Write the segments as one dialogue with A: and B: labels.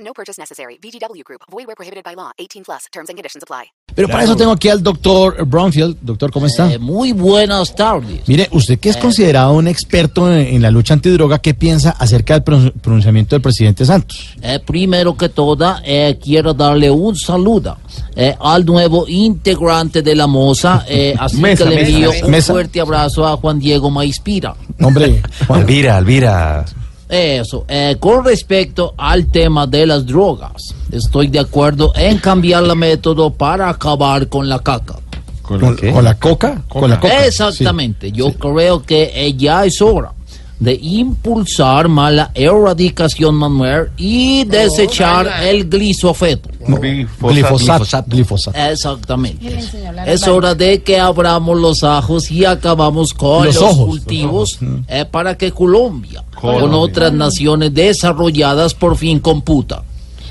A: No purchase necessary. VGW Group. Void where prohibited by law. 18 plus. Terms and conditions apply.
B: Pero para eso tengo aquí al doctor Brownfield. Doctor, ¿cómo está?
C: Eh, muy buenas tardes.
B: Mire, usted
D: Eh.
B: que es considerado un experto en, en la lucha antidroga, ¿qué piensa acerca del pronun- pronunciamiento del presidente Santos?
C: Eh, primero que todo, eh, quiero darle un saludo eh, al nuevo integrante de la moza. eh, así
B: Mesa,
C: que le
B: mesa,
C: envío
B: mesa.
C: un
B: Mesa.
C: fuerte abrazo a Juan Diego Maispira.
B: Hombre, Juan,
E: Alvira, Alvira.
C: Eso, eh, con respecto al tema de las drogas, estoy de acuerdo en cambiar el método para acabar con la caca.
B: ¿con, con la coca? Con la coca.
C: Exactamente, yo creo que eh, ya es hora de impulsar más la erradicación manual y desechar el glisofeto.
B: Sí. Glifosato. Glifosato.
C: Exactamente. Es hora de que abramos los ajos y acabamos con
B: Los
C: los,
B: ojos.
C: cultivos eh, para que Colombia, con otras naciones desarrolladas por fin computa.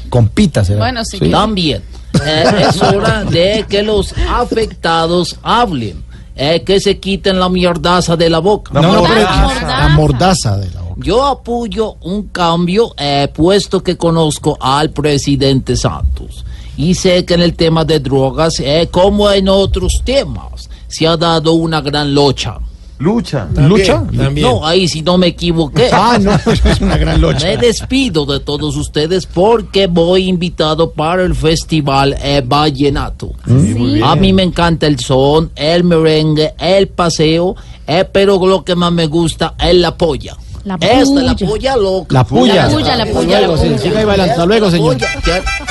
B: Compita será.
D: Bueno, sí.
C: También eh, es hora de que los afectados hablen, eh, que se quiten la mierdaza de la boca.
B: No, no, pero-
D: Mordaza.
B: la mordaza de la boca.
C: Yo apoyo un cambio, eh, puesto que conozco al presidente Santos. Y sé que en el tema de drogas, eh, como en otros temas, se ha dado una gran locha.
E: Lucha.
B: ¿Lucha?
C: No, ahí si no me equivoqué.
B: Ah, no, es una gran lucha.
C: Me despido de todos ustedes porque voy invitado para el festival eh, Vallenato.
B: Mm.
C: A mí me encanta el son, el merengue, el paseo, eh, pero lo que más me gusta es la polla.
D: La
C: Esta, la
D: puya.
C: polla loca.
B: La puya.
D: La puya, la
B: Hasta
D: puya, la
B: luego, sí,
D: puya.
B: siga y baila. Hasta luego, señor.
C: Oye, ¿qué?